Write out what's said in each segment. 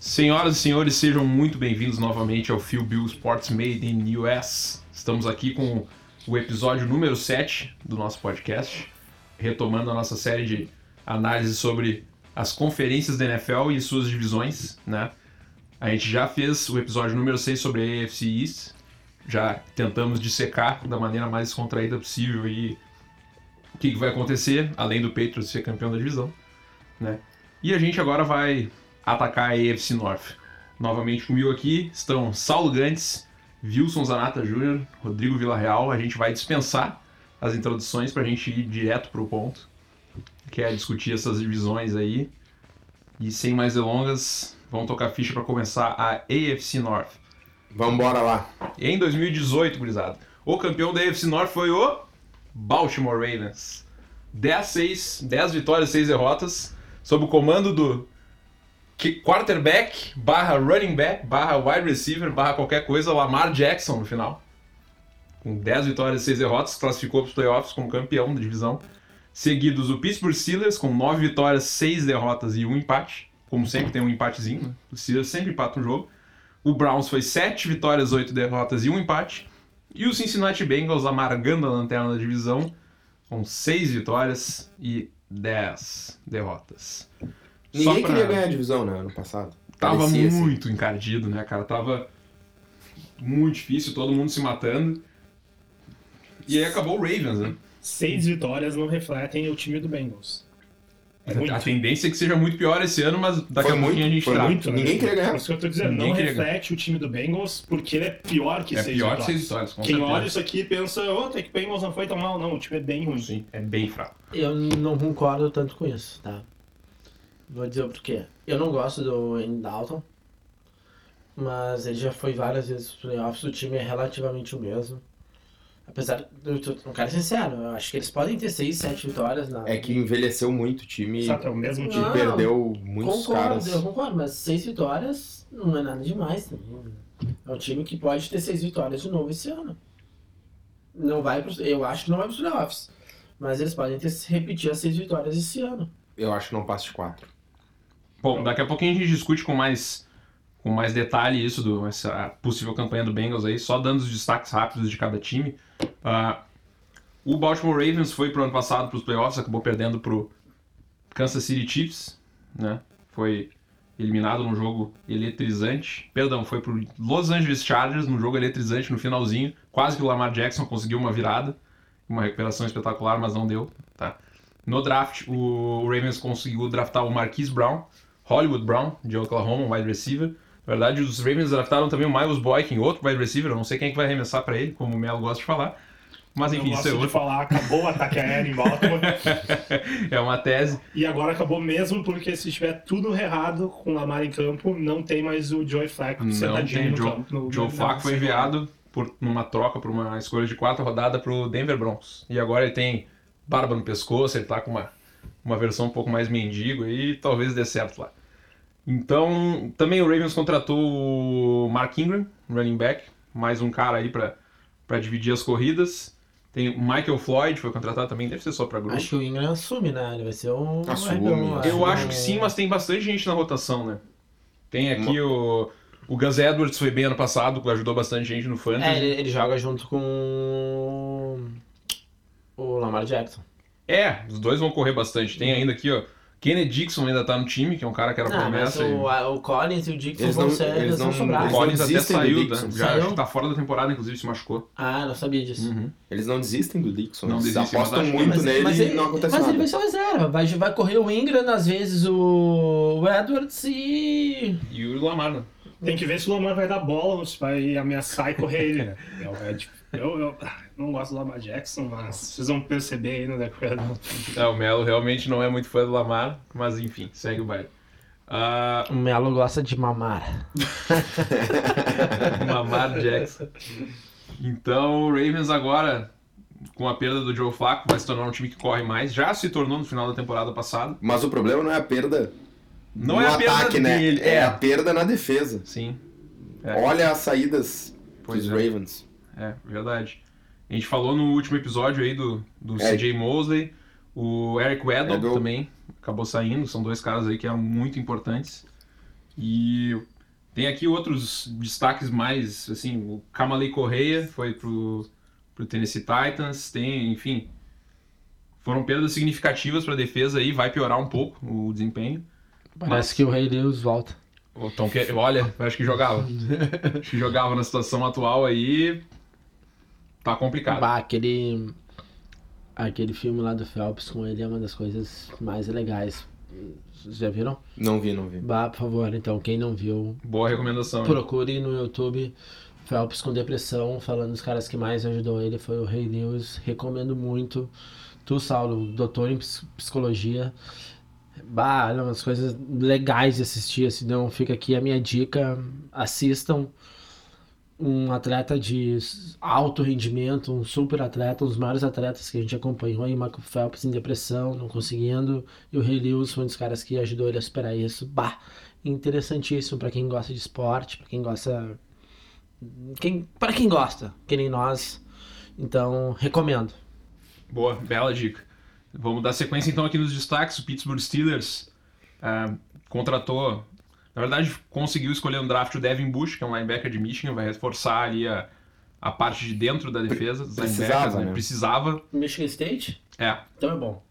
Senhoras e senhores, sejam muito bem-vindos novamente ao Phil Bill Sports Made in US. Estamos aqui com o episódio número 7 do nosso podcast, retomando a nossa série de análise sobre as conferências da NFL e suas divisões, né? A gente já fez o episódio número 6 sobre a AFC East, já tentamos dissecar da maneira mais contraída possível e o que, que vai acontecer, além do Patriots ser campeão da divisão, né? E a gente agora vai atacar a AFC North. Novamente comigo aqui estão Saulo Gantes, Wilson Zanata Jr., Rodrigo Villarreal. A gente vai dispensar as introduções para a gente ir direto para o ponto, que é discutir essas divisões aí. E sem mais delongas, vamos tocar ficha para começar a AFC North. Vambora lá. Em 2018, gurizada, o campeão da AFC North foi o Baltimore Ravens. 10, 6, 10 vitórias, 6 derrotas, sob o comando do que- quarterback, barra running back, barra wide receiver, barra qualquer coisa, Lamar Jackson no final. Com 10 vitórias e 6 derrotas, classificou para os playoffs como campeão da divisão. Seguidos o Pittsburgh Steelers com 9 vitórias, 6 derrotas e 1 empate. Como sempre tem um empatezinho, né? O Steelers sempre empata um jogo. O Browns foi 7 vitórias, 8 derrotas e 1 empate. E o Cincinnati Bengals amargando a lanterna da divisão com 6 vitórias e 10 derrotas. Só Ninguém pra- queria ganhar a divisão, né? Ano passado. Tava Parecia, assim. muito encardido, né, cara? Tava muito difícil, todo mundo se matando. E aí acabou o Ravens, né? Seis vitórias não refletem o time do Bengals. É muito. A tendência é que seja muito pior esse ano, mas daqui Foi a pouquinho muito, a gente foi trata. muito. Ninguém queria ganhar. Por isso que eu tô dizendo, Ninguém não queria reflete o time do Bengals, porque ele é pior que É seis pior que vitórias. seis vitórias, com Quem certeza. olha isso aqui e pensa, ô, até que o Bengals não foi tão mal, não. O time é bem ruim. Sim, é bem fraco. Eu não concordo tanto com isso, tá? Vou dizer o porquê. Eu não gosto do Andy Dalton, mas ele já foi várias vezes nos playoffs, o time é relativamente o mesmo. Apesar, eu tô, um cara sincero, eu acho que eles podem ter 6, 7 vitórias na. É que envelheceu muito o time e Sabe, é o mesmo time. Não, perdeu muitos concordo, caras. eu concordo, mas 6 vitórias não é nada demais também. É um time que pode ter 6 vitórias de novo esse ano. Não vai pros, eu acho que não vai pros playoffs, mas eles podem ter, repetir as 6 vitórias esse ano. Eu acho que não passa de quatro. Bom, daqui a pouquinho a gente discute com mais, com mais detalhe isso, do, essa possível campanha do Bengals aí, só dando os destaques rápidos de cada time. Ah, o Baltimore Ravens foi pro ano passado pros playoffs, acabou perdendo pro Kansas City Chiefs, né? Foi eliminado num jogo eletrizante. Perdão, foi pro Los Angeles Chargers num jogo eletrizante no finalzinho. Quase que o Lamar Jackson conseguiu uma virada, uma recuperação espetacular, mas não deu, tá? No draft, o Ravens conseguiu draftar o Marquise Brown, Hollywood Brown, de Oklahoma, um wide receiver. Na verdade, os Ravens draftaram também o Miles Boykin, outro wide receiver. Eu não sei quem é que vai arremessar pra ele, como o Melo gosta de falar. Mas Eu enfim, isso gosto é, de outro- falar, acabou o ataque aéreo em Baltimore. é uma tese. e agora acabou mesmo, porque se tiver tudo errado com o Lamar em campo, não tem mais o Joey Flacco Não sentadinho tem no Joe, campo. no- Joe na- Flacco foi enviado por numa troca por uma escolha de quarta rodada pro Denver Broncos. E agora ele tem barba no pescoço, ele tá com uma, uma versão um pouco mais mendigo e talvez dê certo lá. Então, também o Ravens contratou o Mark Ingram, running back, mais um cara aí pra pra dividir as corridas. Tem o Michael Floyd, foi contratado também, deve ser só pra grupo. Acho que o Ingram assume, né? Ele vai ser um. Assume, arregão, assume. Eu é. acho que sim, mas tem bastante gente na rotação, né? Tem aqui o. O Gus Edwards foi bem ano passado, ajudou bastante gente no fantasy. É, ele, ele joga junto com. O Lamar Jackson. É, os dois vão correr bastante. Tem ainda aqui, ó. Kennedy Dixon ainda tá no time, que é um cara que era Não, Ah, mas promessa. e- o, a- o Collins e o Dixon Eles vão não- ser. eles Eles vão não- sobrar. O Collins até desistem do saiu, né? Dixon. Já Saiu? acho que tá fora da temporada, inclusive, se machucou. Ah, não sabia disso. Eles não desistem do Dixon. Não eles desistem, mas apostam acho que- muito nele ele, e não acontece mas nada. ele vai ser reserva. Vai, vai correr o Ingram, às vezes o, o Edwards e. E o Lamar, né? Tem que ver se o Lamar vai dar bola ou se vai ameaçar e correr ele, né? Eu, é, tipo, eu- eu não gosto do Lamar Jackson, mas vocês vão perceber aí né, no decorrer do É, o Melo realmente não é muito fã do Lamar, mas enfim, segue o baile. Ah, O Melo gosta de mamar. Lamar Jackson. Então, o Ravens agora, com a perda do Joe Flacco, vai se tornar um time que corre mais. Já se tornou no final da temporada passada. Mas o problema não é a perda Não no é a perda ataque, né? dele. É. a É. perda na defesa. Sim. É. Olha as saídas Pois dos é. Ravens. É, verdade. A gente falou no último episódio aí do, do É. CJ Mosley, o Eric Weddle Weddle. também acabou saindo, são dois caras aí que eram muito importantes. E tem aqui outros destaques mais, assim, o Kamalei Correia foi pro, pro Tennessee Titans, tem, enfim, foram perdas significativas para a defesa aí, vai piorar um pouco o desempenho. Parece que o Rei Deus volta. O Tom que- olha, eu acho que jogava. acho que jogava na situação atual aí. Tá complicado. Bah, aquele. Aquele filme lá do Phelps com ele é uma das coisas mais legais. Vocês já viram? Não vi, não vi. Bah, por favor, então, quem não viu, Boa recomendação. né? procure no YouTube Phelps com depressão, falando os caras que mais ajudou ele, foi o Rei News. Recomendo muito. Tu, Saulo, doutor em ps- psicologia. Bah, é umas coisas legais de assistir, assim, não fica aqui a minha dica. Assistam um atleta de s- alto rendimento, um super atleta, um dos maiores atletas que a gente acompanhou, e Marco Phelps em depressão, não conseguindo, e o Ray Lewis foi um dos caras que ajudou ele a superar isso. Bah, interessantíssimo para quem gosta de esporte, para quem gosta quem para quem gosta, que nem nós. Então, recomendo. Boa, bela dica. Vamos dar sequência então aqui nos destaques. O Pittsburgh Steelers ah, contratou, na verdade, conseguiu escolher no draft o Devin Bush, que é um linebacker de Michigan, vai reforçar ali a, a parte de dentro da defesa dos Precisava, linebackers, né? né? Precisava. Michigan State? É. Então é bom.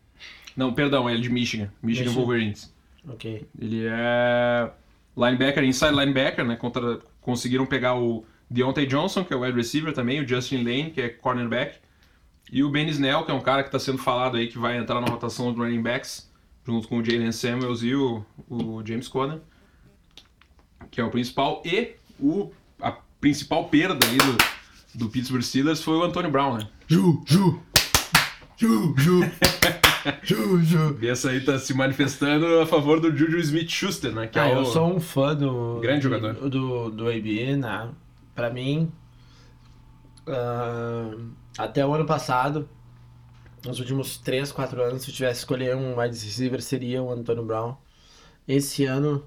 Não, perdão, ele é de Michigan. Michigan Michigan. Wolverines. Ok. Ele é linebacker, inside linebacker, né? Contra, conseguiram pegar o Deontay Johnson, que é o wide receiver também, o Justin Lane, que é cornerback, e o Ben Snell, que é um cara que está sendo falado aí que vai entrar na rotação dos running backs, junto com o Jalen Samuels e o, o James Conner, que é o principal. E o, a principal perda aí do, do Pittsburgh Steelers foi o Antonio Brown, né? Ju, Ju. Ju, Ju. Ju, Ju. E essa aí tá se manifestando a favor do Juju Smith-Schuster, né? Que Ah, é eu o... sou um fã do. Grande jogador. Do, do AB, né? Pra mim, ah, até o ano passado, nos últimos 3, 4 anos, se eu tivesse que escolher um wide receiver, seria o Antônio Brown. Esse ano,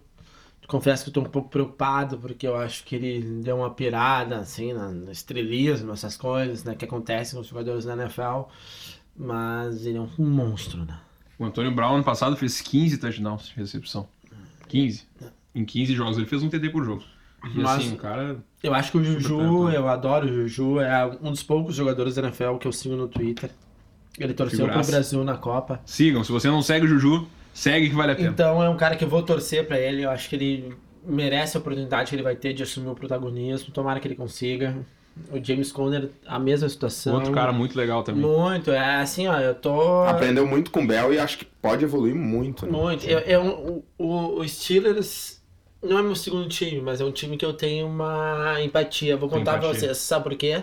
confesso que eu tô um pouco preocupado, porque eu acho que ele deu uma pirada, assim, na- no estrelismo, essas coisas, né? Que acontecem com os jogadores na NFL. Mas ele é um monstro, né? O Antônio Brown, ano passado, fez 15 touchdowns de recepção. 15. É. Em 15 jogos. Ele fez um TD por jogo. E Mas- assim, o cara... Eu acho que o Juju, talentoso. eu adoro o Juju, é um dos poucos jogadores da NFL que eu sigo no Twitter. Ele torceu Figuraça. pro Brasil na Copa. Sigam. Se você não segue o Juju, segue que vale a pena. Então é um cara que eu vou torcer pra ele, eu acho que ele merece a oportunidade que ele vai ter de assumir o protagonismo, tomara que ele consiga. O James Conner, a mesma Então, situação. Outro cara muito legal também. Muito, é assim, ó, eu tô Aprendeu muito com o Bell e acho que pode evoluir muito, né? muito. Eu, eu- o- o, o Steelers não é meu segundo time, mas é um time que eu tenho uma empatia. Vou Tem contar pra empatia. Hum. vocês. Sabe por quê?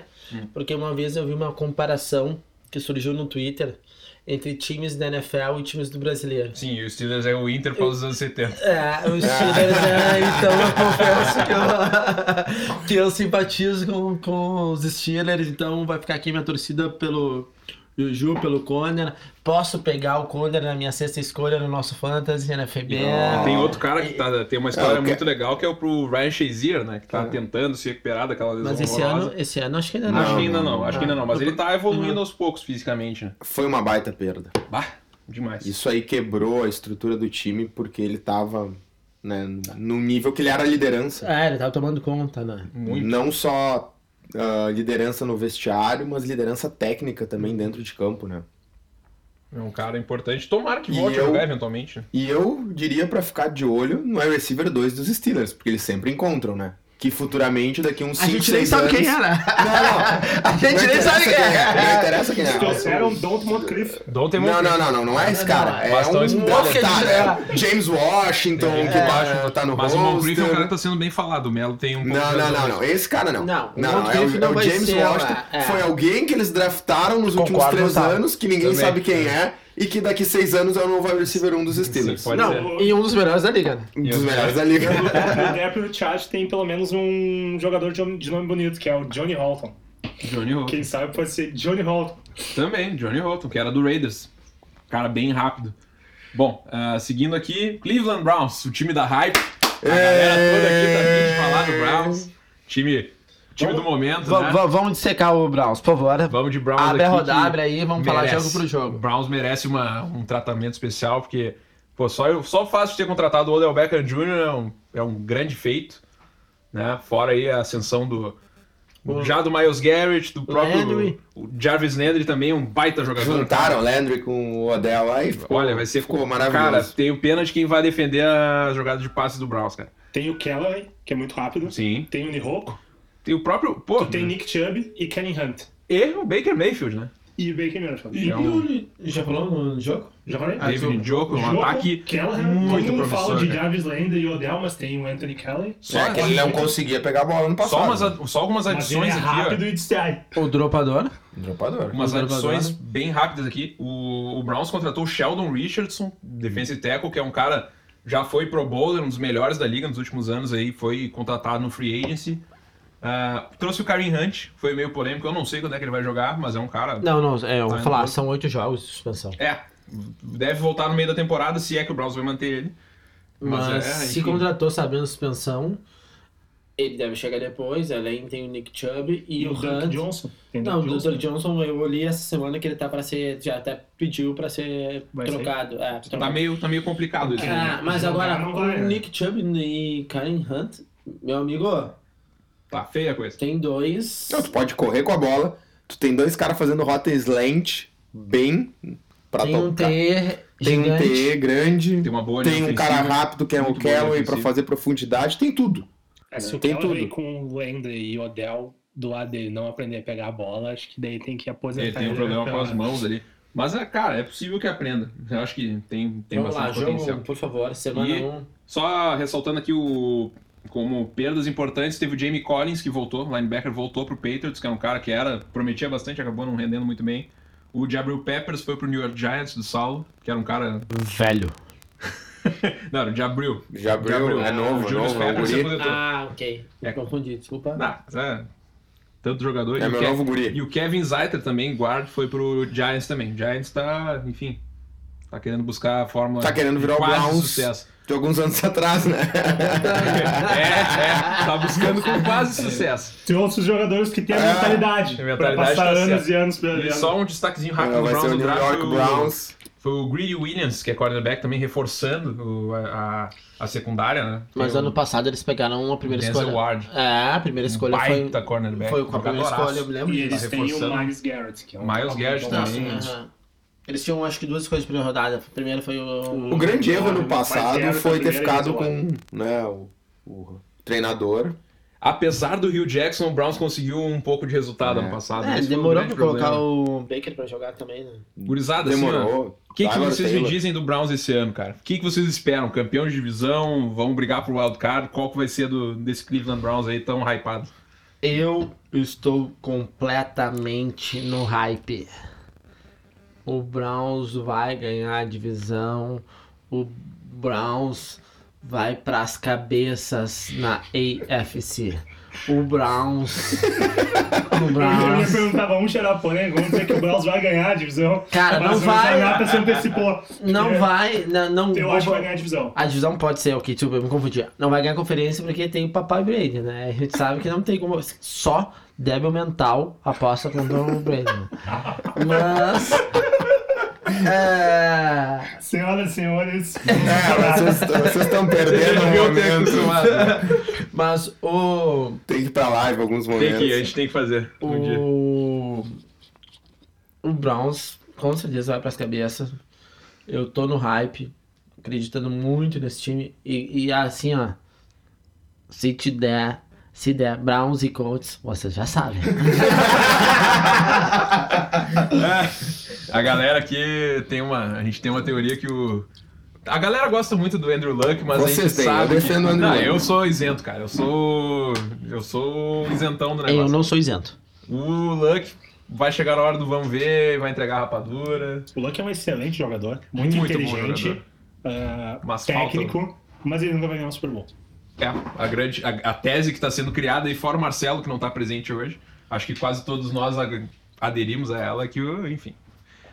Porque uma vez eu vi uma comparação que surgiu no Twitter entre times da NFL e times do brasileiro. Sim, e o Steelers é o Inter para os anos 70. É, o Steelers é, então eu confesso que eu, que eu simpatizo com, com os Steelers, então vai ficar aqui minha torcida pelo Juju, pelo Conner. Posso pegar o Conner na minha sexta escolha no nosso Fantasy, na FB. Tem outro cara que tá, tem uma história Ah, É, o que- muito legal, que é o pro Ryan Shazier, né? Que tá tentando se recuperar daquela lesão Mas esse horrorosa. ano, esse ano acho que ainda não. Acho que Não, tá. ainda não, não, acho que ainda não. Mas ele tá Uhum. evoluindo aos poucos fisicamente, né? Foi uma baita perda. Bah, demais. Isso aí quebrou a estrutura do time porque ele tava né, no nível que ele era a liderança. É, ele tava tomando conta, né? Muito. Não só ah, liderança no vestiário, mas liderança técnica também dentro de campo, né? É um cara importante. Tomara que E volte a eu- jogar eventualmente. né? E eu diria pra ficar de olho no wide receiver 2 dos Steelers, porque eles sempre encontram, né? Que futuramente, daqui uns 5, 6 anos... é. era. Não, é, não. né? A gente Não nem sabe interessa quem é. Não interessa quem é. Trouxeram Don't Montcliffe. Don't Não, não, não, não, não é esse cara. É Bastão um explode. outro cara. James Washington, É. que baixo tá no Mas o Moncrief é um roster. cara que tá sendo bem falado. O Melo tem um pouco Não, de não, razão. não, não. Esse cara não. Não, o não, é Moncrief o, não é o vai James ser, Washington. é. Foi alguém que eles draftaram nos últimos Concordo, três sabe. anos, que ninguém Também. sabe quem é, e que daqui seis anos é o novo wide receiver 1 dos Steelers. pode- Não, e um dos melhores da liga, né? Um dos melhores da liga. No Dep e o Charge tem pelo menos um jogador de nome de nome bonito, que é o Johnny Halton. Johnny Holton. Quem sabe pode ser Johnny Halton. Também, Johnny Holton, que era do Raiders. Cara bem rápido. Bom, ah, seguindo aqui, Cleveland Browns, o time da hype. A É. galera toda aqui tá vindo falar do Browns. Time, time do momento, né? V- v- vamos dissecar o Browns, por favor. Vamos de Browns Abre aqui. a rodada, que abre aí, vamos falar merece. jogo pro jogo. Browns merece uma- um tratamento especial, porque Pô, só, eu, só o fato de ter contratado o Odell Beckham Jr. é um, é um grande feito, né? Fora aí a ascensão do... O- já do Miles Garrett, do próprio Landry. o Jarvis Landry também, é um baita jogador. Juntaram o Landry com o Odell aí. pô, Olha, vai ser... ficou Cara, maravilhoso. tenho pena de quem vai defender a jogada de passe do Browns, cara. Tem o Callaway, que é muito rápido. Sim. Tem o Nihoco. Tem o próprio... Pô, Tem Nick Chubb e Kenny Hunt. e o Baker Mayfield, né? E o Baker Mayfield. E É um- o- Já falou no jogo? Já falei? Ah, David Aí, Njoku, um Jogo, ataque Callahan, muito né? Todo mundo fala promissor. de cara. Jarvis Landry e Odell, mas tem o Anthony Kelly. Só, é que ele não conseguia pegar a bola no passado. só, umas, a- só algumas Mas ele é adições aqui, ó. rápido e distrai. O dropador. Dropador. Umas Conservador. adições bem rápidas aqui. O, o Browns contratou o Sheldon Richardson, defensive tackle, que é um cara já foi pro bowler, um dos melhores da liga nos últimos anos aí, foi contratado no free agency. Ah, trouxe o Karim Hunt, foi meio polêmico, eu não sei quando é que ele vai jogar, mas é um cara... Não, não, é, eu vou Tá falar, indo. são oito jogos de suspensão. É, deve voltar no meio da temporada, se é que o Browns vai manter ele. Mas, é, se enfim. contratou sabendo suspensão, Ele deve chegar depois, além tem o Nick Chubb e, E o o Doug Hunt. Johnson. Tem Não, o Doug Dr. Johnson, eu li essa semana que ele tá pra ser. Já até pediu pra ser Vai sair? trocado. É, Tá trocado. meio, tá meio complicado isso. né? Ah, mas Jogar agora, não o é. vai, né? Nick Chubb e Karen Hunt, meu amigo, Tá feia a coisa. tem dois. Não, Então, tu pode correr com a bola. Tu tem dois caras fazendo rota slant bem pra tem um tocar. TE tem um gigante. TE grande. Tem uma boa Tem linha um cara ofensiva. rápido que é o Muito boa linha Callaway pra ofensiva. fazer profundidade. Tem tudo. É, se o Tem Callaway tudo. com o Landry e o Odell do AD não aprender a pegar a bola, acho que daí tem que aposentar. Ele tem é um né, problema com pela- as mãos ali. Mas, é, cara, é possível que aprenda. Eu acho que tem, tem Vamos lá, bastante jogo, potencial. por favor, semana E- 1. Só ressaltando aqui o como perdas importantes, teve o Jamie Collins que voltou, linebacker voltou pro Patriots, que é um cara que era prometia bastante, acabou não rendendo muito bem. O Jabril Peppers foi pro New York Giants do Saulo, que era um cara, Velho. não, era o Jabril. Já abriu, Jabril, é o novo, Julius novo. É, o Peppers se guri. aposentou. Ah, ok. Me É. confundi, desculpa. Não, mas é tanto jogador é e, o meu Ke- novo guri. e o Kevin Zeiter também, guard, foi pro Giants também. O Giants tá, enfim, tá querendo buscar a fórmula Tá querendo virar o quase Browns. sucesso. De alguns anos atrás, né? É, é, tá buscando com quase sucesso. Tem outros jogadores que têm a Ah, mentalidade, É, a mentalidade pra passar tá anos certa. e anos pra E só um destaquezinho rápido do Vai Browns ser o no New draft, York o- Browns. Foi o Greedy Williams, que é cornerback, também reforçando o- a, a- a secundária, né? Mas Tem ano o passado eles pegaram a primeira Denzel escolha. Ward. É, a primeira escolha foi. baita cornerback. Foi com a primeira jogadoraço. escolha, eu me lembro. E Tá eles têm reforçando. o Miles Garrett, que é um Miles Garrett bom também. assunto. Aham. Eles tinham acho que duas escolhas de primeira rodada. A primeira foi o. O grande erro né? Não, no não faz passado zero, foi ter tá primeiro ficado com episódio. né, o, o treinador. Apesar do Rio Jackson, o Browns conseguiu um pouco de resultado ano passado. É, Esse foi demorou um pra grande colocar problema. o Baker pra jogar também, né? Gurizada, assim, ó, Demorou. o que, que Tyler vocês me Taylor. dizem do Browns esse ano, cara? O que, que vocês esperam? Campeão de divisão? Vão brigar pro wildcard? Qual que vai ser do, desse Cleveland Browns aí tão hypado? Eu estou completamente no hype. O Browns vai ganhar a divisão. O Browns vai pras cabeças na AFC. O Browns. o Eu ia Browns. perguntar, vamos cheirar polêmica, vamos dizer que o Browns vai ganhar a divisão. Cara, Mas não o vai. Zanata se antecipou. Não Eu- vai. Não, não Eu acho que vai ganhar a divisão. A divisão pode ser, ok, desculpa, eu me confundi. Não vai ganhar conferência porque tem o Papai Brady, né? A gente sabe que não tem como. Só débil mental aposta contra o Brady. né? Mas. É... Senhoras e senhores, É, vocês vocês estão perdendo Vocês deviam um ter momento. acostumado, né? Mas o. Tem que ir pra live alguns Tem momentos. que, a gente tem que fazer um dia. O. O Browns, com certeza, vai pras cabeças. Eu tô no hype, acreditando muito nesse time. E, e assim, ó. Se te der. Se der Browns e Colts, vocês já sabem. A galera aqui tem uma. A gente tem uma teoria que o. A galera gosta muito do Andrew Luck, mas a Vocês gente têm, sabe. eu defendo que... o Andrew não, Luck. eu sou isento, cara. Eu sou. Eu sou isentão do Eu Um negócio. não sou isento. O Luck vai chegar na hora do vamos ver, vai entregar a rapadura. o Luck é um excelente jogador, muito, Muito bom inteligente, jogador. ah, Mas técnico, mas ele nunca vai ganhar um Super Bowl. É, a grande. A, a tese que está sendo criada, e fora o Marcelo, que não tá presente hoje. Acho que quase todos nós ag- aderimos a ela, que, o- enfim.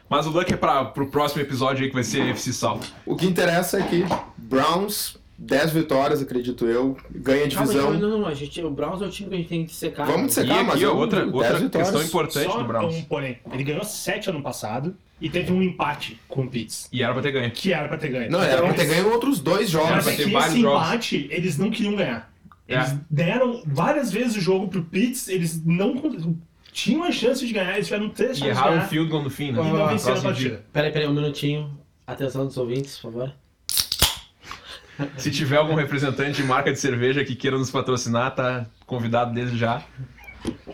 Mas o Luck é para pro próximo episódio aí que vai ser FC Salvo. O que interessa é que Browns 10 vitórias, acredito eu. Ganha a Calma, divisão. não, não, não, a gente, o Browns é o time que a gente tem que secar. Vamos dissecar. E Tá, mas aqui, ó, eu- outra, dez outra vitórias. questão importante Só do Browns. um porém. Ele ganhou 7 ano passado e teve um empate com o Pitts, E era pra ter ganho. que era pra ter ganho. Não, era pra ter Eles- ganho outros dois Mas jogos. vai Então- ter é que vários esse jogos. empate, eles não queriam ganhar. É. Eles deram várias vezes o jogo pro Pitts, eles não con- tinham a chance de ganhar, eles tiveram três E chances de erraram o ganhar field goal no fim, né? e não Ah, venceram a próximo dia. partida. Peraí, peraí, um minutinho. Atenção dos ouvintes, por favor. Se tiver algum representante de marca de cerveja que queira nos patrocinar, tá convidado desde já.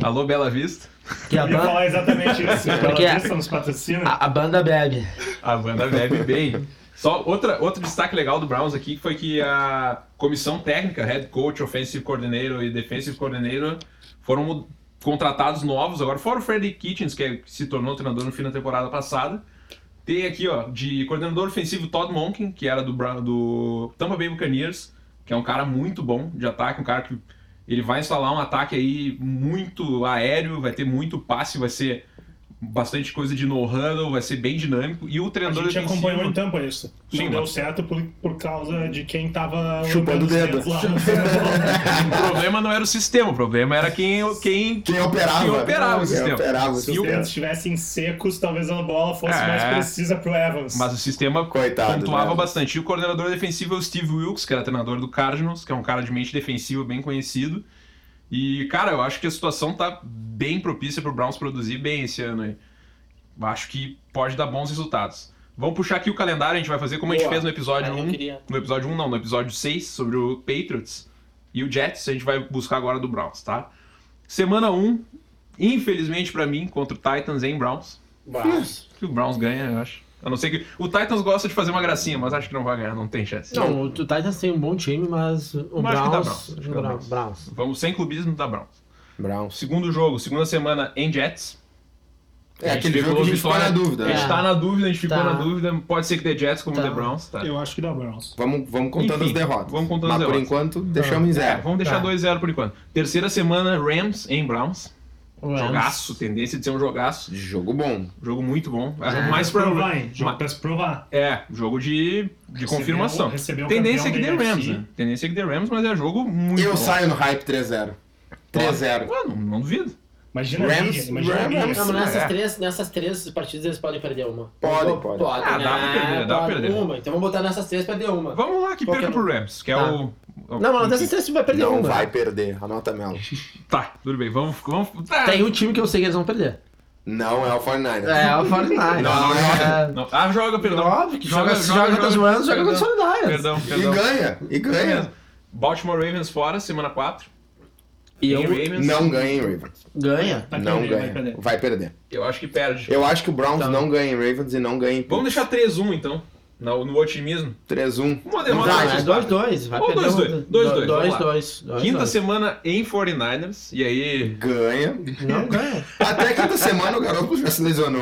Alô, Bela Vista. Que a, Eu ia ban- falar exatamente isso. Pela Porque- vista nos patrocina. a- a banda bebe. A banda bebe bem. Só outra, outro destaque legal do Browns aqui foi que a comissão técnica, head coach, offensive coordinator e defensive coordinator, foram mu- contratados novos. Agora fora o Freddy Kitchens, que é- que se tornou treinador no fim da temporada passada. Tem aqui, ó, de coordenador ofensivo Todd Monken, que era do, Brown- do Tampa Bay Buccaneers, que é um cara muito bom de ataque, um cara que ele vai instalar um ataque aí muito aéreo, vai ter muito passe, vai ser bastante coisa de no-huddle, vai ser bem dinâmico. E o A treinador gente defensivo- acompanhou em tampa isso. Não Sim, deu mas- certo por, por causa de quem tava Chupando lambendo os o dedo. dedos lá no futebol. O problema não era o sistema, o problema era quem, quem Quem operava. Quem operava o sistema. operava o Se E os o- sistema. dedos estivessem secos, talvez a bola fosse É. mais precisa pro Evans. Mas o sistema Coitado, pontuava né? bastante. E o coordenador defensivo é o Steve Wilkes, que era treinador do Cardinals, que é um cara de mente defensiva bem conhecido. E, cara, eu acho que a situação tá bem propícia pro Browns produzir bem esse ano aí. Acho que pode dar bons resultados. Vamos puxar aqui o calendário, a gente vai fazer como a gente Boa. fez no episódio Aí eu 1. queria- No episódio 1 não, no episódio 6, sobre o Patriots e o Jets, a gente vai buscar agora do Browns, tá? Semana 1, infelizmente pra mim, contra o Titans em Browns Browns. que o Browns ganha, eu acho. A não ser que. O Titans gosta de fazer uma gracinha, mas acho que não vai ganhar, não tem chance. Não, o Titans tem um bom time, mas o Mas acho que dá Browns. Browns, acho que dá Bra- Browns. Browns. Vamos sem clubismo da Browns. Browns. Segundo jogo, segunda semana em Jets. É A gente aquele jogo pegou que a gente ficou na dúvida. A gente né? É. tá na dúvida, a gente ficou Tá. na dúvida. Pode ser que dê Jets como Tá. The Browns, tá? Eu acho que dá Browns. Vamos, vamos contando Enfim, as derrotas. vamos contando Mas as por derrotas. enquanto, deixamos em É, zero. vamos deixar Tá. 2-0 por enquanto. Terceira semana, Rams em Browns. é. Jogaço, tendência de ser um jogaço. Jogo bom. Jogo muito bom. Acho É, Jogo mais pra pra. provar, hein? Jogo ma- pra se provar. É, jogo de, de Recebeu- confirmação. recebeu o Tendência que dê campeão da Rams, NFC. né? Tendência que dê Rams, mas é jogo muito Eu bom. saio no hype 3-0. 3-0. Ué, não, não duvido. Imagina a Rams- mídia, imagina a Rams- mídia. Rams- Não, mas nessas, É. três, nessas três partidas eles podem perder uma. Podem, Pô, podem. podem, Ah, dá pra né? perder, dá pra Pode- perder. Uma. Então vamos botar nessas três perder uma. Vamos lá, que Qual perca que é? pro Rams, que é Tá. assim. o. o- Não, mas dessas três você vai perder Não uma. vai perder. Anota Melo. Tá, tudo bem, vamos. vamos tá. Tem um time que eu sei que eles vão perder. Não é o 49ers. É, o 49. Não, não, É. joga. Não. Ah, joga, perdão. Óbvio que joga, joga, joga, contra os humanos, joga contra os perdão, solidários. Perdão, E perdão. ganha. E ganha. Baltimore Ravens fora, semana 4. E eu Ravens, Tá Não ganha em Ravens. ganha. Vai Não perder, Tá vai ganha. perder. Vai perder. Eu acho que perde. Eu acho que o Browns não ganha em Ravens e não ganha em Tá. Vamos deixar 3-1 então, no, no otimismo. 3-1. Uma Não, derrota. é 2-2. Vai Ou perder 2-2, um- 2-2, vamos lá. 2-2. 2-2. Quinta semana em 49ers, e aí. Ganha. Não ganha. Até quinta semana o garoto já se lesionou,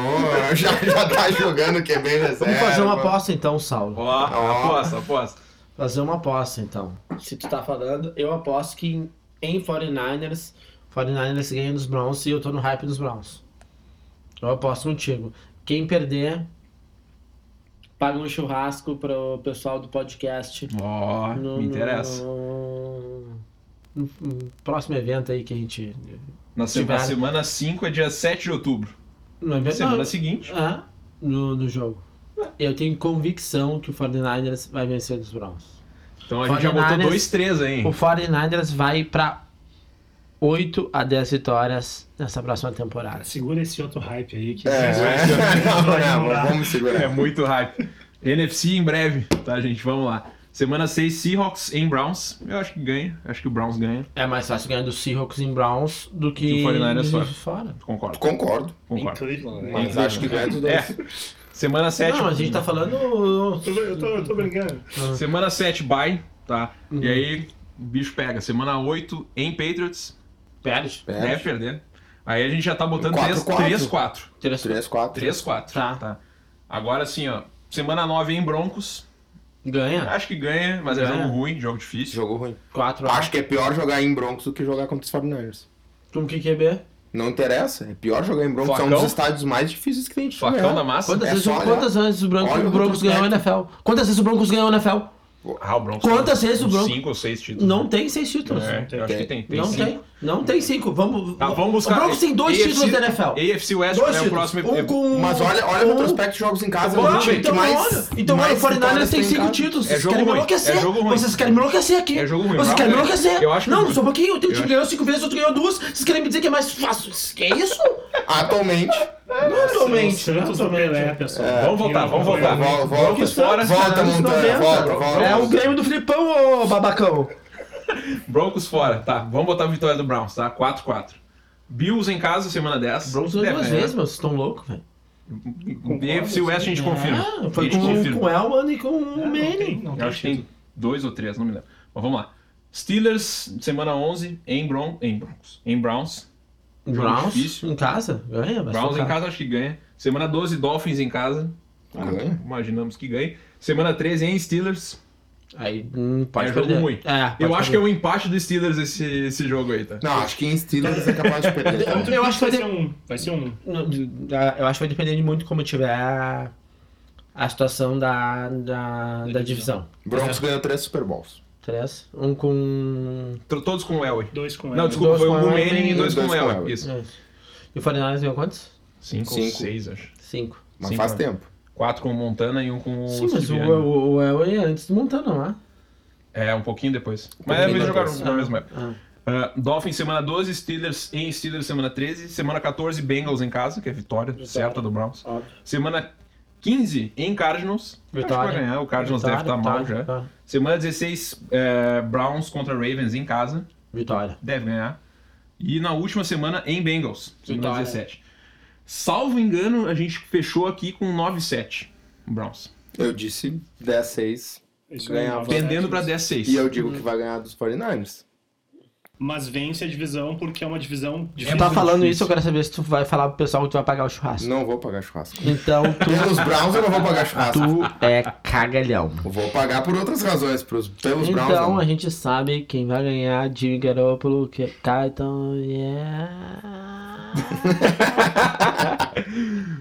já, já tá jogando que é bem reserva. Vamos fazer uma aposta então, Saulo. Ó, Ó. aposta, aposta. Fazer uma aposta então. Se tu tá falando, eu aposto que em, em 49ers 49ers ganha dos Browns e eu tô no hype dos Browns. Eu aposto contigo. Quem perder, paga um churrasco pro pessoal do podcast. Ó, No- me interessa. no- no no Um, próximo evento aí que a gente. Na se- na Tiveram. semana 5 é dia 7 de outubro. No evento. Semana não, seguinte. é, no, no jogo. Eu tenho convicção que o 49ers vai vencer dos Browns. Então a gente já botou 49ers. 2-3 aí. hein? O 49ers vai pra 8 a 10 vitórias nessa próxima temporada. Segura esse outro hype aí que É, é. Não, não, mas vamos É segurar. muito hype. NFC em breve, tá, gente? Vamos lá. Semana 6, Seahawks em Browns. Eu acho que ganha. Acho que o Browns ganha. É mais fácil ganhar do Seahawks em Browns do Do que 49ers fora. fora. Concordo, Concordo, Em concordo. Cleveland, né? mas acho que ganha dos É. dois. Semana 7. Não, mas a gente tá falando. Eu tô- Eu tô, eu tô brincando. Semana 7, bye, tá? Uhum. E aí, o bicho pega. Semana 8 em Patriots. Perde. É. Deve perder. Aí a gente já tá botando Quatro, 3-4. quatro. 3-4. 3, 4. 3-4. Tá. Agora assim, ó. Semana 9 em Broncos. Ganha. Acho que ganha, mas é Ganha. jogo ruim, jogo difícil. Jogo ruim. 4 Acho que é pior jogar em Broncos do que jogar contra os 49ers. Como que é QB? Não interessa, é pior jogar em Broncos. É um Facão? dos estádios mais difíceis que tem de Facão da jogar. massa. Quantas, É vezes, só olhar. quantas vezes o Broncos, Olha o Uhum. o Broncos retrospecto. ganhou a NFL? Quantas vezes o Broncos ganhou a NFL? Ah, o Broncos Quantas tem vezes o uns Broncos- Cinco ou seis títulos. né? Não tem seis títulos. É, eu acho que tem. não cinco. tem. Não tem cinco. Vamos, Tá, vamos buscar. O Broncos tem dois AFC títulos da NFL. AFC West Dois é o títulos. próximo. Um com- Mas olha, olha o um- retrospecto de jogos em casa. é Bom, o time então, que mais, olha, então olha, o mais 49 tem vitórias em 5 casa. títulos. É Vocês jogo querem me ruim, enlouquecer. é jogo ruim. Vocês querem me enlouquecer aqui. É jogo ruim, Vocês não, querem me é- enlouquecer. eu acho que- não, só um pouquinho. O teu eu time acho- ganhou 5 vezes, outro ganhou duas. Vocês querem me dizer que é mais fácil? Que isso? Atualmente. Atualmente. Atualmente. Santos do Pelé, pessoal. Vamos voltar, vamos voltar. Volta, Broncos fora. volta, volta, Montanha, 90. volta, volta. É o Grêmio do Filipão, ô babacão. Broncos fora, tá. Vamos botar a vitória do Browns, tá? 4x4. Bills em casa, semana 10. Broncos ganhou duas né? vezes, meu. Vocês estão loucos, velho. AFC West a gente confirma. Ah, foi a gente com, confirma. com o Elman e com o Manning. Eu acho que tem dois ou três, não me lembro. Mas vamos lá. Steelers, semana 11, em, Bron em Broncos. Em Browns. Jogo Browns difícil. é em casa? Ganha, vai Browns em socar. casa acho que ganha. Semana 12, Dolphins em casa. Ganha. Imaginamos que ganha. Semana 13, em Steelers. Aí hum, pode É jogo perder. ruim. É, pode Eu acho que é perder. um empate dos Steelers esse, esse jogo aí, tá? Não, acho que em Steelers é capaz de perder. tá? Eu- também. eu acho que vai ter- ser um. Vai ser um. Não, de- da- Eu acho que vai depender de muito como tiver a, a situação da, da, da divisão. Broncos ganhou três Super Bowls. Três. Um com. T- Todos com o Elway. Dois com né? Não, ela. desculpa, Dois foi um com com o Elway Manning e dois e com o dois com Elway. Elway. Isso. É E o Fortnite ganhou quantos? Cinco ou Cinco. seis, acho. Cinco. Mas Sim, faz cara. tempo. Quatro com o Montana e um com Sim, o mas o, Sirianni. o, o Elway é antes do Montana, não é? É, um pouquinho depois. Mas é, eles depois. jogaram na Ah. mesma época. Ah. Uh, Dolphins semana 12, Steelers em Steelers semana 13, semana 14 Bengals em casa, que é vitória certa do Browns. Óbvio. Semana 15 em Cardinals, acho Vitória. que vai ganhar, o Cardinals Vitória, deve estar mal já. vitória, vitória. Semana 16 é, Browns contra Ravens em casa, Vitória. deve ganhar. E na última semana em Bengals, semana Vitória. 17. Salvo engano, a gente fechou aqui com 9-7 Browns, Eu disse 10 6 Isso Ganhar, não vai pendendo dar pra isso. 16. e eu digo que vai ganhar dos 49ers. Mas vence a divisão porque é uma divisão Tu difícil. tá falando difícil. isso, eu quero saber se tu vai falar pro pessoal que tu vai pagar o churrasco. Não vou pagar churrasco. Então tu, Pelos Browns eu não vou pagar churrasco. tu é cagalhão. Eu Vou pagar por outras razões. Pros, pelos Browns. Então não. a gente sabe quem vai ganhar Jimmy Garoppolo, que cai, então yeah.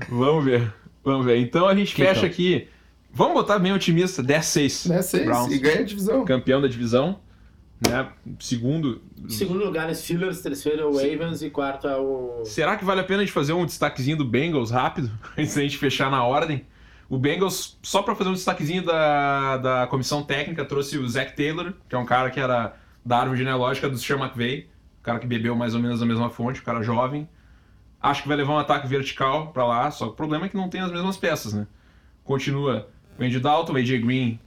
Vamos ver. Vamos ver. Então a gente Que fecha tal? aqui. Vamos botar bem otimista, 10-6. 10 6 Browns. Né, e ganha a divisão. Campeão da divisão, né? Segundo. Segundo lugar é Steelers, terceiro é o Ravens e quarto é o. Será que vale a pena a gente fazer um destaquezinho do Bengals rápido? Antes da gente fechar na ordem. O Bengals, só pra fazer um destaquezinho da, da comissão técnica, trouxe o Zach Taylor, que é um cara que era da árvore genealógica do Sean McVay. Um cara que bebeu mais ou menos da mesma fonte, um cara jovem. Acho que vai levar um ataque vertical pra lá, só que o problema é que não tem as mesmas peças, né? Continua o Andy Dalton, o AJ Green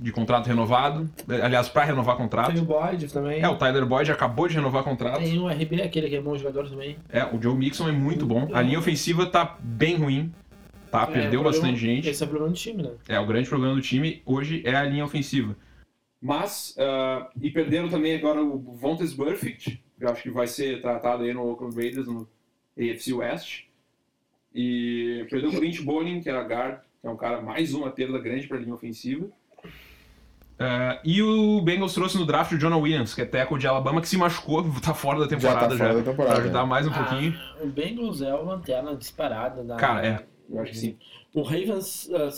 de contrato renovado. Aliás, pra renovar Tem contrato. o Boyd também. É, o Tyler Boyd acabou de renovar contrato. Tem o RB, aquele que é bom jogador também. É, o Joe Mixon é muito bom. A linha ofensiva tá bem ruim. Tá, Ah, perdeu É, o problema- bastante gente. Esse é o problema do time, né? É, o grande problema do time hoje é a linha ofensiva. Mas, ah, e perderam também agora o Vontes Burfict. Eu acho que vai ser tratado aí no Oakland Raiders, no AFC West. E perdeu o Clint Bowling, que era guard, que é um cara, mais uma perda grande para a linha ofensiva. Ah, e o Bengals trouxe no draft o Jonah Williams, que é tackle de Alabama, que se machucou, tá fora da Já tá temporada já. fora da Pra temporada. ajudar mais um pouquinho. Ah, o Bengals é o lanterna disparada. Da... Cara, é. Eu acho que sim. O Ravens ah,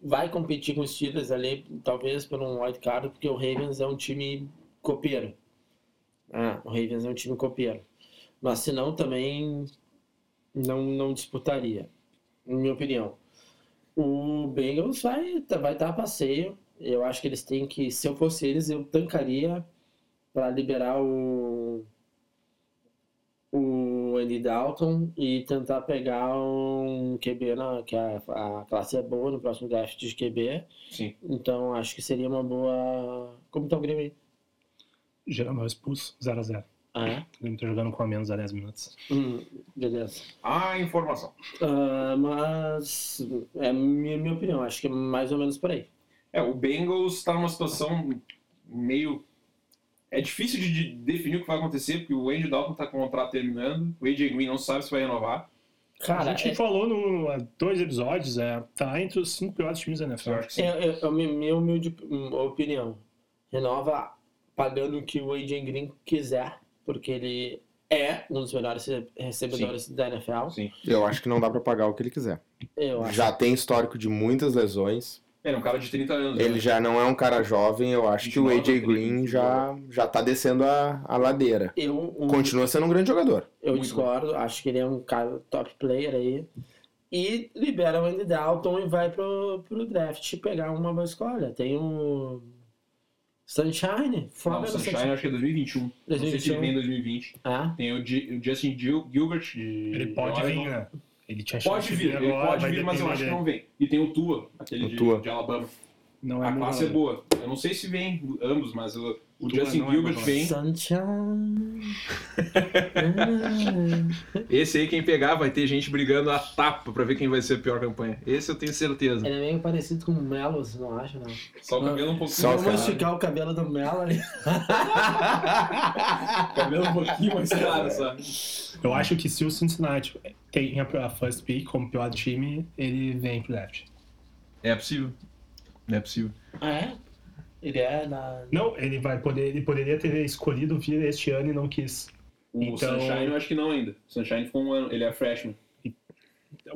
vai competir com os Steelers ali, talvez por um wild card, porque o Ravens é um time copeiro. Ah, o Ravens é um time copeiro. Mas se não, também não, não disputaria, na minha opinião. O Bengals vai estar vai tá a passeio. Eu acho que eles têm que, se eu fosse eles, eu tancaria para liberar o o Andy Dalton e tentar pegar um QB, na, que a, a classe é boa no próximo draft de QB. Sim. Então acho que seria uma boa. Como tá o Grêmio aí? Geral expulso, 0x0. Ah, é? O Grêmio tá jogando com a menos há 10 minutos. Hum, beleza. A informação. Ah, mas é minha, minha opinião, acho que é mais ou menos por aí. É, o Bengals tá numa situação meio. É difícil de de definir o que vai acontecer, porque o Andy Dalton tá com o contrato terminando, o AJ Green não sabe se vai renovar. Cara, a gente é- falou no, há dois episódios, é, tá entre os cinco piores times da Eu NFL. acho que sim. é, é, é a minha, minha humilde hum, opinião. Renova pagando o que o AJ Green quiser, porque ele é um dos melhores rece- recebedores da NFL. Sim. Eu acho que não dá pra pagar o que ele quiser. Eu acho. Já tem histórico de muitas lesões. Ele é um cara de 30 anos. Ele né? já não é um cara jovem, eu acho que o 29, AJ Green já, já tá descendo a, a ladeira. Eu, o- Continua sendo um grande jogador. eu Muito discordo, acho que ele é um cara top player aí. E libera o Andy Dalton e vai pro, pro draft pegar uma boa escolha. Tem o Sunshine, Não, fora o do Sunshine Sunshine. acho que é 2021. Não sei se ele 2021. vem em 2020. Ah, Tem o, G- o Justin Gil- Gilbert de. Ele pode de vir, Oregon. né? Ele tinha chance Pode de vir, ele agora, pode vai vir, mas eu depender acho que dele. não vem. E tem o Tua, aquele O de, Tua. de Alabama. Não é A muito classe é bom. boa. Eu não sei se vem ambos, mas o, o Tua Justin não é Gilbert muito vem. Sunshine. Ah, Esse aí, quem pegar, vai ter gente brigando a tapa pra ver quem vai ser a pior campanha. Esse eu tenho certeza. ele é meio parecido com o Melo, você não acha, não? Só o cabelo um pouquinho Só o mais Vamos cara. claro. esticar o cabelo do Melo ali. Cabelo um pouquinho mais claro, sabe? Eu acho que se o Cincinnati tem a first pick como pior time, ele vem pro draft. É possível. É possível. Ah, é? Ele é na. Não, ele vai poder, ele poderia ter escolhido vir este ano e não quis. O Então- Sunshine eu acho que não ainda. O Sunshine ficou um ano, ele é freshman.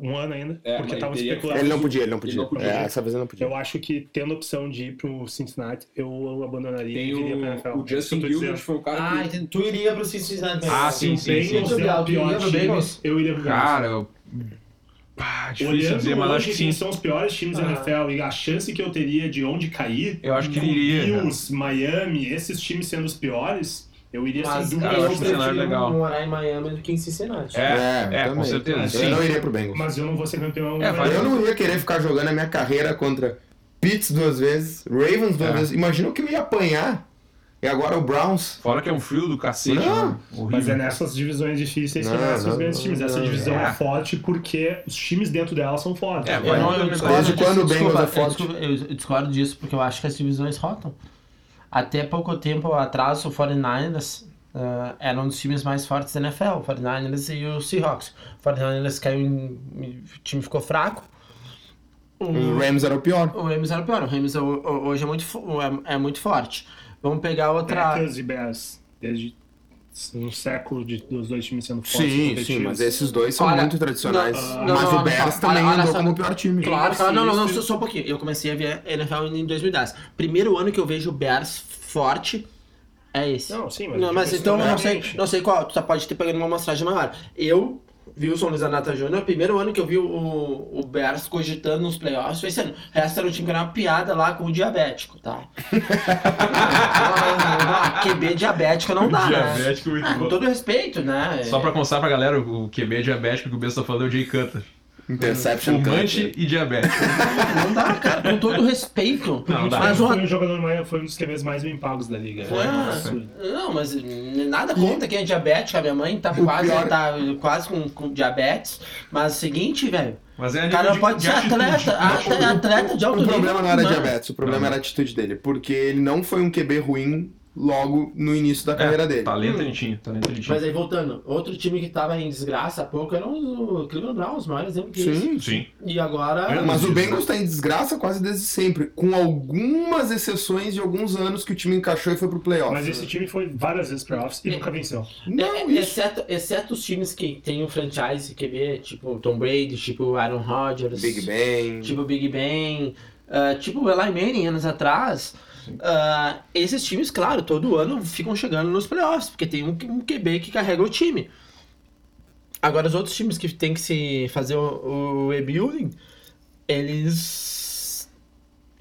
Um ano ainda, É, porque mas tava teria- especulando. Ele não podia, ele não Ele podia. não podia. É, essa vez ele não podia. Eu acho que tendo a opção de ir pro Cincinnati, eu abandonaria Tem e viria pra NFL. o, o É isso Justin que eu tô dizendo. Gilbert, foi um cara que... Ah, entendi. tu iria pro Cincinnati. Ah, sim, Se o sim, sim. Bengals é o pior Olhando o time, Bengals. eu iria pro Bengals. Cara, eu... Pá, difícil Olhando dizer, mas hoje acho que sim. quem são os piores times da Ah. NFL e a chance que eu teria de onde cair, Eu acho que com iria, cara. Bills, Miami, esses times sendo os piores, eu assim, iria Mas sem dúvida. eu eu acho um cenário é prefiro legal. morar em Miami do que em Cincinnati. É, eu é, com também. certeza. Eu Sim. não iria pro Bengals. Mas eu não vou ser campeão. É, né? vai- Eu não ia querer ficar jogando a minha carreira contra Pitts duas vezes, Ravens duas É. vezes. Imagina o que eu ia apanhar. E agora o Browns. Fora que é um frio do cacete, Não. né? Horrível. Mas é nessas divisões difíceis que Não, nascem os não, grandes times. Essa não, divisão é. é. forte porque os times dentro dela são fortes. É, É, vai- Eu não- eu Desde discordo quando o disso, Bengals é desculpa, eu forte? discu- Eu, eu discordo disso porque eu acho que as divisões rotam. Até pouco tempo atrás, o 49ers ah, era um dos times mais fortes da NFL, o 49ers e o Seahawks. O 49ers caiu, em- em- o time ficou fraco. Os Rams era o pior. O Rams era o pior, o Rams ho- ho- hoje é muito, fo- é, é muito forte. Vamos pegar outra... Packers e Bears, desde um século de, dos dois times sendo fortes. Sim, competitivos. sim, mas esses dois são Olha, muito tradicionais. não, mas não, o não, Bears não, também olha, olha andou só. como o pior time. Claro, claro. Não, não, não, Isso. só, só um pouquinho. Eu comecei a ver NFL em 2010. Primeiro ano que eu vejo o Bears forte é esse. Não, sim, mas. Não, mas digo, assim, então eu não sei, historicamente, não sei qual. Tu tá- pode ter pegado uma amostragem maior. Eu vi o São Luís Anata Júnior, primeiro ano que eu vi o, o Bears cogitando nos playoffs, foi esse ano. O resto era um time que era uma piada lá com o diabético, tá? Ah, QB diabético não dá, né? Diabético muito Ah, com todo respeito, né? Só pra constar pra galera, o QB diabético que o Bess tá falando é o Jay Cutler. Interception. Fumante e diabético. Não dá, cara, com todo respeito. Não, não dá. mas o Foi um jogador mais, foi um dos QBs mais bem pagos da liga. Foi, É um ah, absurdo. Não, mas n- nada contra quem é diabético. A minha mãe tá O quase, pior- tá quase com, com diabetes. Mas é o seguinte, velho. Mas é O nível cara não de- pode de ser atitude. atleta. é ate- Atleta de alto O nível. problema não era mas- diabetes, o problema era a atitude dele. Porque ele não foi um QB ruim logo no início da carreira dele. é. Talento ele tinha, talento é ele tinha. é Mas aí voltando, outro time que tava em desgraça há pouco era o Cleveland Browns, o maior exemplo que isso. Sim. Sim. É E É, agora. Mas o Isso, Bengals tá em desgraça quase desde sempre, com algumas exceções de alguns anos que o time encaixou e foi pro playoff. Mas esse time foi várias vezes pra offs e nunca venceu. é- Não, é- isso. exceto, exceto os times que tem um franchise QB, tipo Tom Brady, tipo Aaron Rodgers, Big Ben. é tipo Big Ben, ah, tipo o Eli Manning anos atrás. ah, esses times, claro, todo ano ficam chegando nos playoffs, porque tem um, um QB que carrega o time. Agora, os outros times que tem que se fazer o, o rebuilding, eles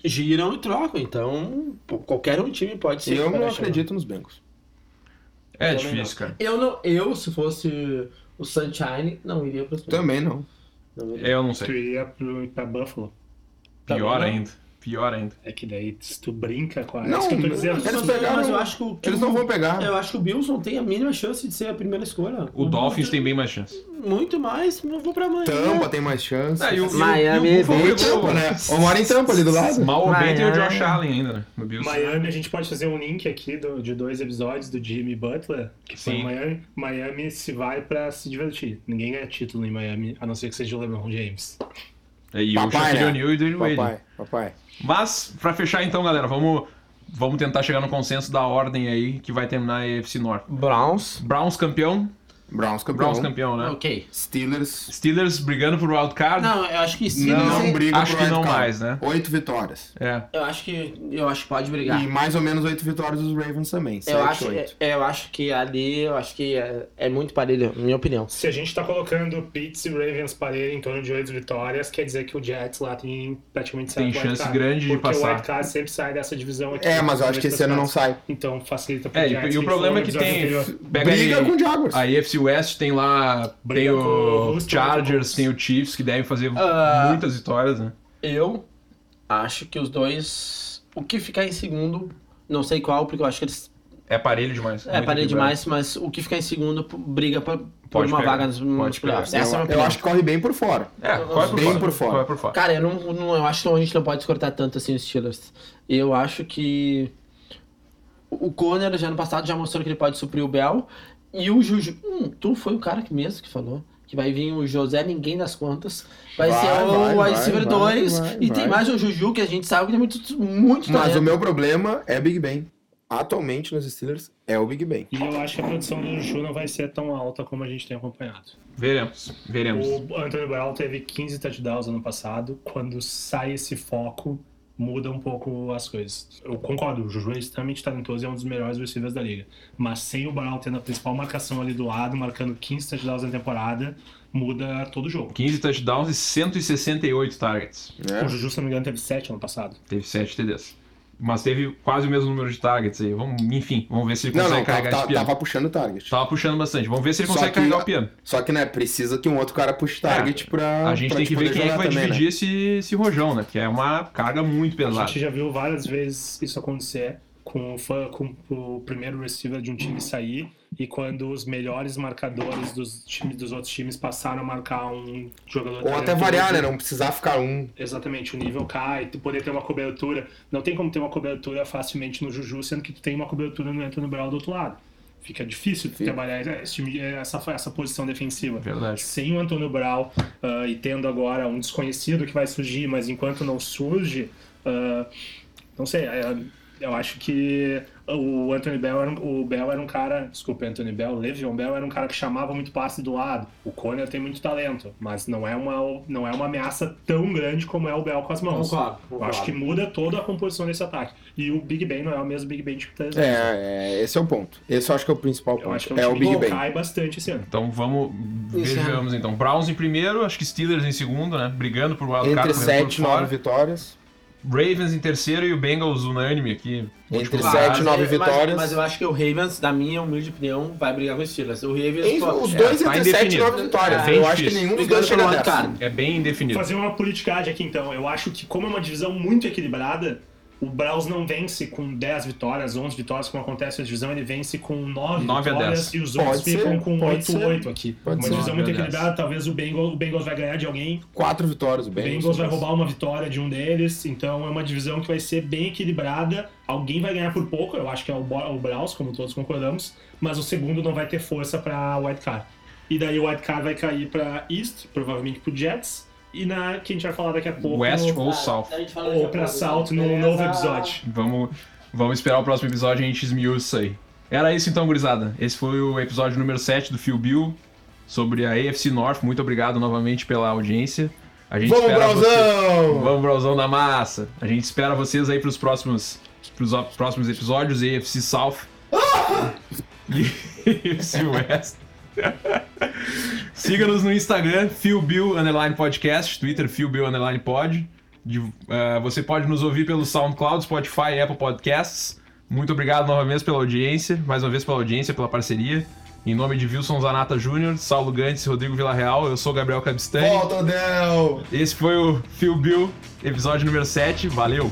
giram e trocam. Então, pô, qualquer um time pode ser. eu que não vai chegar. acredito nos Bengals. É Também difícil, cara. Eu, não, eu, se fosse o Sunshine, não iria pros playoffs. Também não. Não iria. Eu não Tu sei. iria pro, pra Buffalo. Pior Tá bom. ainda. Pior ainda. É que daí, se tu brinca com a. Não, é isso que eu tô não, dizendo. eles Mas pegaram- eu acho que o- Eles não vão pegar. Eu acho que o Bills não tem a mínima chance de ser a primeira escolha. Uhum. O Dolphins tem bem mais chance. Muito mais, não vou pra mãe. Tampa tem mais chance. Ah, e o- e o- Miami e o Buffalo é bem pegou- Tampa, né? Ou mora em Tampa ali do lado. Mal ou bem tem o Miami. Josh Allen ainda, né? No Bills. Miami, a gente pode fazer um link aqui do- de dois episódios do Jimmy Butler, que foi Sim. em Miami. Miami se vai pra se divertir. Ninguém ganha título em Miami, a não ser que seja o LeBron James. É, E o Papai, Shaquille né? O'Neal e o Dwayne Wade. Papai, papai. Mas, pra fechar então, galera, vamos, vamos tentar chegar no consenso da ordem aí que vai terminar a EFC Norte. Browns. Browns campeão, Browns campeão. Browns campeão, né? Ok. Steelers Steelers brigando por wild card. Não, eu acho que sim. não, mas- é- briga acho pro que não wildcard. mais, né? Oito vitórias. É. Eu acho que. Eu acho que pode brigar. E mais ou menos oito vitórias dos Ravens também. Sete, Eu acho, é, oito. eu acho que ali, eu acho que é, é muito parelho, na minha opinião. Se a gente tá colocando Pitts e Ravens parelho em torno de oito vitórias, quer dizer que o Jets lá tem praticamente Tem certo chance wildcard, grande de porque passar. o Wildcard sempre sai dessa divisão aqui. É, mas eu acho que esse ano não sai. Então facilita pro É, Jets. e, e o que problema é foi que no tem. episódio anterior. Pega Briga aí, com o Jaguars. a AFC West tem lá. Tem Briga com o os Chargers, Broncos. tem o Chiefs, que devem fazer Ah. muitas vitórias, né? Eu acho que os dois. O que ficar em segundo, não sei qual, porque eu acho que eles. É parelho demais. É muito parelho equilibrado. demais, mas o que ficar em segundo p- briga pra- por Pode uma pegar, vaga nos, nos pode pegar. playoffs. Eu, Essa é a minha eu opinião. acho que corre bem por fora. É, corre por Bem fora. por fora. Corre por fora. Cara, eu não, não- eu acho que a gente não pode descortar tanto assim os Steelers. Eu acho que o Conner já no passado já mostrou que ele pode suprir o Bell. E o Juju. Hum, tu foi o cara que mesmo que falou. Que vai vir o José Ninguém das Contas. Vai, Vai, ser vai, o vai, Wide Receiver vai, 2. vai, e vai. tem mais o Juju, que a gente sabe que tem muito, muito Mas talento. o meu problema é Big Ben. Atualmente nos Steelers é o Big Ben. E eu acho que a produção do Juju não vai ser tão alta como a gente tem acompanhado. Veremos. Veremos. O Anthony Brown teve 15 touchdowns ano passado. Quando sai esse foco, muda um pouco as coisas. Eu concordo, o Juju é extremamente talentoso e é um dos melhores receivers da liga. Mas sem o Brown tendo a principal marcação ali do lado, marcando 15 touchdowns na temporada, muda todo o jogo. 15 touchdowns e 168 targets. O né? Juju, se não me engano, teve 7 ano passado. Teve 7 TDs. Mas teve quase o mesmo número de targets aí. Vamos, enfim, vamos ver se ele Não, consegue não, tá, carregar Tá. tá- esse piano. tava puxando o target. Tava puxando bastante. Vamos ver se ele Só consegue que- carregar o piano. Só que, né, precisa que um outro cara puxe target pra. A gente pra tem te que ver poder quem é que jogar vai também, né? dividir esse, esse rojão, né? Que é uma carga muito A pesada. gente já viu várias vezes isso acontecer com o, fã- com o primeiro receiver de um time sair e quando os melhores marcadores dos, times, dos outros times passaram a marcar um jogador Ou até talentoso. variar, é né? Não precisar ficar um. Exatamente, o nível cai, tu poder ter uma cobertura. Não tem como ter uma cobertura facilmente no Juju, sendo que tu tem uma cobertura no Antônio Brown do outro lado. Fica difícil tu Fica. trabalhar esse time- essa, essa posição defensiva. Verdade. Sem o Antônio Brown ah, e tendo agora um desconhecido que vai surgir, mas enquanto não surge, ah, não sei, ah, eu acho que o Anthony Bell era um, o Bell era um cara, desculpa, Anthony Bell, o Le'Veon Bell era um cara que chamava muito passe do lado. O Conner tem muito talento, mas não é uma não é uma ameaça tão grande como é o Bell com as mãos. Concordo, Eu acho que muda toda a composição desse ataque. E o Big Ben não é o mesmo Big Ben de três anos. É, é, esse é o ponto. Esse eu acho que é o principal Eu acho que um ponto. É o time que Big Ben. cai bastante esse ano. Então vamos. Isso, Vejamos então. Browns em primeiro, acho que Steelers em segundo, né? Brigando por wildcard. Entre correndo 7 e por fora. 9 vitórias. Ravens em terceiro e o Bengals unânime aqui. Entre Claro, 7 e 9 mas- vitórias. Mas eu acho que o Ravens, na minha humilde opinião, vai brigar com os Steelers. O Ravens. Entre- pô, é, Os dois tá entre 7 e indefinido. 9 vitórias. É, bem eu acho que difícil. nenhum dos brigando dois pelo chega a wild 10. card. É bem indefinido. fazer uma politicagem aqui então. Eu acho que como é uma divisão muito equilibrada, o Braus não vence com 10 vitórias, 11 vitórias, como acontece na divisão, ele vence com 9, Nove a vitórias dez. e os Pode outros ser, ficam com pode 8 8 aqui. Pode uma ser. divisão Nove muito a dez. equilibrada, talvez o Bengals, o Bengals vai ganhar de alguém, 4 vitórias, o o Bengals. Bengals vai roubar uma vitória de um deles, então é uma divisão que vai ser bem equilibrada, alguém vai ganhar por pouco, eu acho que é o, Bo- o Braus, como todos concordamos, mas o segundo não vai ter força para wildcard. E daí o wildcard vai cair para East, provavelmente pro Jets, e na que a gente vai falar daqui a pouco... West no- ou South. Então A gente fala né? daqui ou a pra pouco, salto num beleza? novo episódio. Vamos, vamos esperar o próximo episódio e a gente esmiúça isso aí. Era isso então, gurizada. Esse foi o episódio número 7 do Phil Bill sobre a AFC North. Muito obrigado novamente pela audiência. A gente Vamos, espera vocês- Brauzão! Vamos, Brauzão da massa! A gente espera vocês aí pros próximos, pros o- próximos episódios, AFC South. Ah! E AFC West. Siga-nos no Instagram, PhilBill Underline Podcast, Twitter, PhilBill Underline Pod. De- eh, você pode nos ouvir pelo SoundCloud, Spotify, Apple Podcasts. Muito obrigado novamente pela audiência, mais uma vez pela audiência, pela parceria. Em nome de Wilson Zanata Júnior, Saulo Gantes, Rodrigo Villarreal, eu sou Gabriel Cabistani. Volta, Odell! Esse foi o Phil Bill, episódio número 7. Valeu!